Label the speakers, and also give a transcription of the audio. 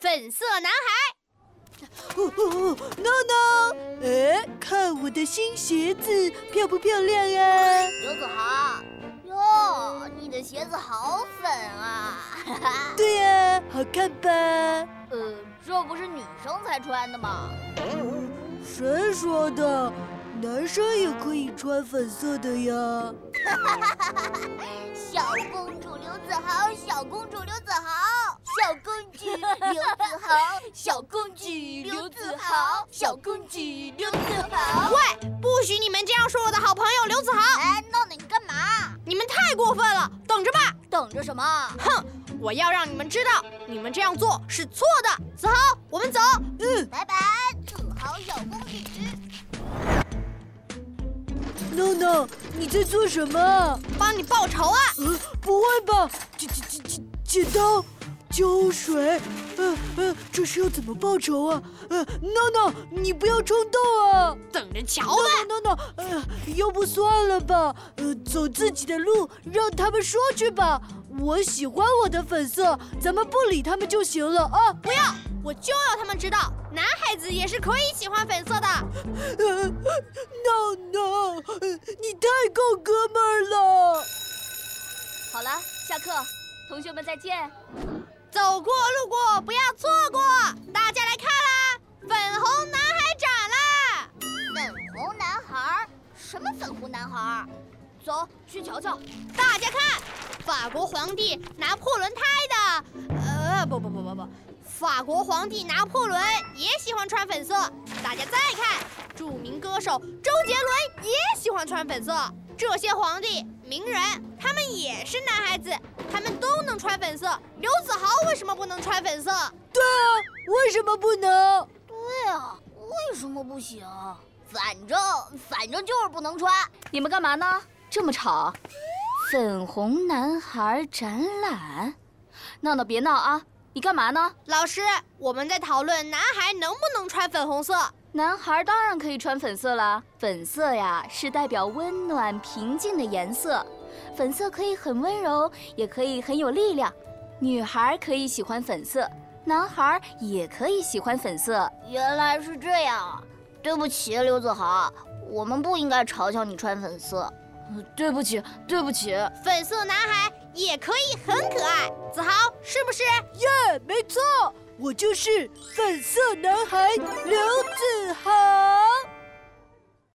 Speaker 1: 粉色男孩。
Speaker 2: 哦哦哦，no no！哎，看我的新鞋子漂不漂亮啊？
Speaker 1: 刘子豪，哟，你的鞋子好粉啊！哈哈，
Speaker 2: 对呀、啊，好看吧？
Speaker 1: 呃，这不是女生才穿的吗？
Speaker 2: 谁说的？男生也可以穿粉色的呀。
Speaker 1: 小公主刘子豪，小公主刘子豪，小公举刘子豪，小公举刘子豪， 小公举刘子豪。
Speaker 3: 喂，不许你们这样说我的好朋友刘子豪！
Speaker 1: 哎，闹你干嘛？
Speaker 3: 你们太过分了，等着吧！
Speaker 1: 等着什么？
Speaker 3: 哼，我要让你们知道，你们这样做是错的。子豪，我们走。
Speaker 2: 嗯
Speaker 1: 拜拜，子豪小公举。
Speaker 2: ，no no，你在做什么啊？
Speaker 3: 帮你报仇啊！
Speaker 2: 呃，不会吧？剪剪剪剪剪刀，胶水，呃呃，这是要怎么报仇啊？呃，no no，你不要冲动啊！
Speaker 3: 等着瞧吧。
Speaker 2: no no no no，呃，要不算了吧？呃，走自己的路，让他们说去吧。我喜欢我的粉色，咱们不理他们就行了啊。
Speaker 3: 不要，我就要他们知道，男孩子也是可以喜欢粉色的。
Speaker 2: 呃，no no，呃你太够哥们儿了。
Speaker 4: 好了，下课，同学们再见。
Speaker 3: 走过路过不要错过，大家来看啦，粉红男孩展啦！
Speaker 1: 粉红男孩儿，什么粉红男孩儿？
Speaker 4: 走，去瞧瞧。
Speaker 3: 大家看，法国皇帝拿破仑拍的，呃，不不不不不，法国皇帝拿破仑也喜欢穿粉色。大家再看，著名歌手周杰伦也喜欢穿粉色。这些皇帝、名人，他们也是男孩子，他们都能穿粉色。刘子豪为什么不能穿粉色？
Speaker 2: 对啊，为什么不能？
Speaker 1: 对啊，为什么不行？反正反正就是不能穿。
Speaker 4: 你们干嘛呢？这么吵！粉红男孩展览，闹闹别闹啊！你干嘛呢？
Speaker 3: 老师，我们在讨论男孩能不能穿粉红色。
Speaker 4: 男孩当然可以穿粉色啦，粉色呀是代表温暖平静的颜色，粉色可以很温柔，也可以很有力量。女孩可以喜欢粉色，男孩也可以喜欢粉色。
Speaker 1: 原来是这样啊！对不起，刘子豪，我们不应该嘲笑你穿粉色。
Speaker 4: 对不起，对不起。
Speaker 3: 粉色男孩也可以很可爱。子豪是不是？
Speaker 2: 耶，没错，我就是粉色男孩刘子豪。